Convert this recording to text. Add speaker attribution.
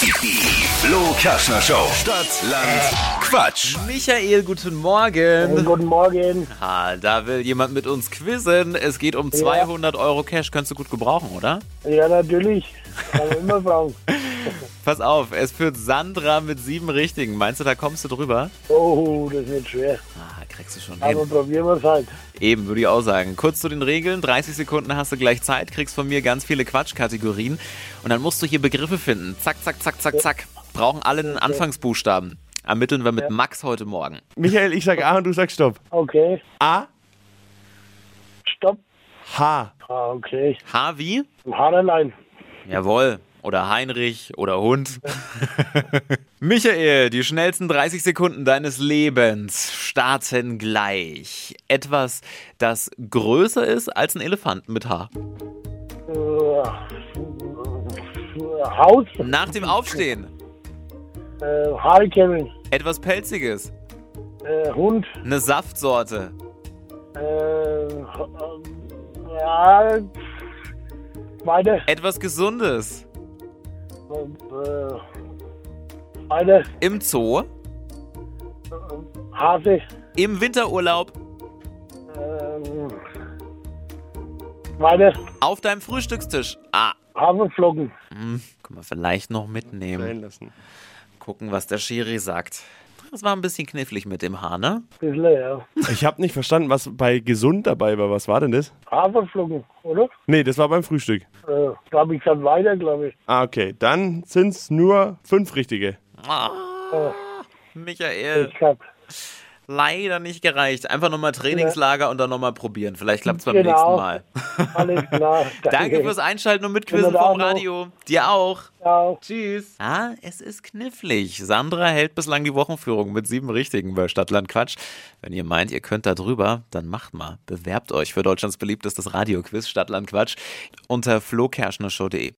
Speaker 1: Die Flo Kaschner Show. Stadt, Land, Quatsch.
Speaker 2: Michael, guten Morgen.
Speaker 3: Guten Morgen.
Speaker 2: Ah, da will jemand mit uns quizzen. Es geht um 200 Euro Cash. Kannst du gut gebrauchen, oder?
Speaker 3: Ja, natürlich. Kann man immer fragen.
Speaker 2: Pass auf, es führt Sandra mit sieben Richtigen. Meinst du, da kommst du drüber?
Speaker 3: Oh, das ist nicht schwer.
Speaker 2: Ah, kriegst du schon
Speaker 3: Aber
Speaker 2: hin.
Speaker 3: probieren wir es halt.
Speaker 2: Eben, würde ich auch sagen. Kurz zu den Regeln. 30 Sekunden hast du gleich Zeit, kriegst von mir ganz viele Quatschkategorien. Und dann musst du hier Begriffe finden. Zack, zack, zack, zack, zack. Brauchen alle einen Anfangsbuchstaben. Ermitteln wir mit Max heute Morgen.
Speaker 4: Michael, ich sag A und du sagst Stopp.
Speaker 3: Okay.
Speaker 4: A,
Speaker 3: Stopp.
Speaker 4: H.
Speaker 3: Ah, okay.
Speaker 2: H wie?
Speaker 3: Haarlein.
Speaker 2: Jawohl. Oder Heinrich oder Hund. Michael, die schnellsten 30 Sekunden deines Lebens starten gleich. Etwas, das größer ist als ein Elefant mit Haar.
Speaker 3: Äh, Haus.
Speaker 2: Nach dem Aufstehen.
Speaker 3: Äh, Hurricane.
Speaker 2: Etwas Pelziges.
Speaker 3: Äh, Hund.
Speaker 2: Eine Saftsorte.
Speaker 3: Äh, ja. Weiter.
Speaker 2: Etwas Gesundes.
Speaker 3: Äh, weiter.
Speaker 2: Im Zoo.
Speaker 3: Hase.
Speaker 2: Im Winterurlaub.
Speaker 3: Äh, weiter.
Speaker 2: Auf deinem Frühstückstisch. Ah,
Speaker 3: Haferflocken.
Speaker 2: können wir vielleicht noch mitnehmen.
Speaker 4: lassen.
Speaker 2: Gucken, was der Schiri sagt. Das war ein bisschen knifflig mit dem Haar, ne?
Speaker 3: Bisschen, ja.
Speaker 4: Ich habe nicht verstanden, was bei gesund dabei war. Was war denn das?
Speaker 3: Haferflocken, oder?
Speaker 4: Nee, das war beim Frühstück.
Speaker 3: Äh, da habe ich dann weiter, glaube ich.
Speaker 4: Ah, okay. Dann sind's nur fünf richtige.
Speaker 2: Ah, Michael.
Speaker 3: Ich hab,
Speaker 2: leider nicht gereicht. Einfach nochmal Trainingslager und dann nochmal probieren. Vielleicht klappt es beim
Speaker 3: Genau.
Speaker 2: nächsten Mal.
Speaker 3: alles klar.
Speaker 2: Danke fürs Einschalten und Mitquizzen
Speaker 3: Wunderbar
Speaker 2: vom
Speaker 3: noch.
Speaker 2: Radio. Dir auch.
Speaker 3: Ciao.
Speaker 2: Tschüss. Ah, es ist knifflig. Sandra hält bislang die Wochenführung mit sieben Richtigen bei Stadtland Quatsch. Wenn ihr meint, ihr könnt da drüber, dann macht mal. Bewerbt euch für Deutschlands beliebtestes Radioquiz Stadtland Quatsch unter flokerschnershow.de.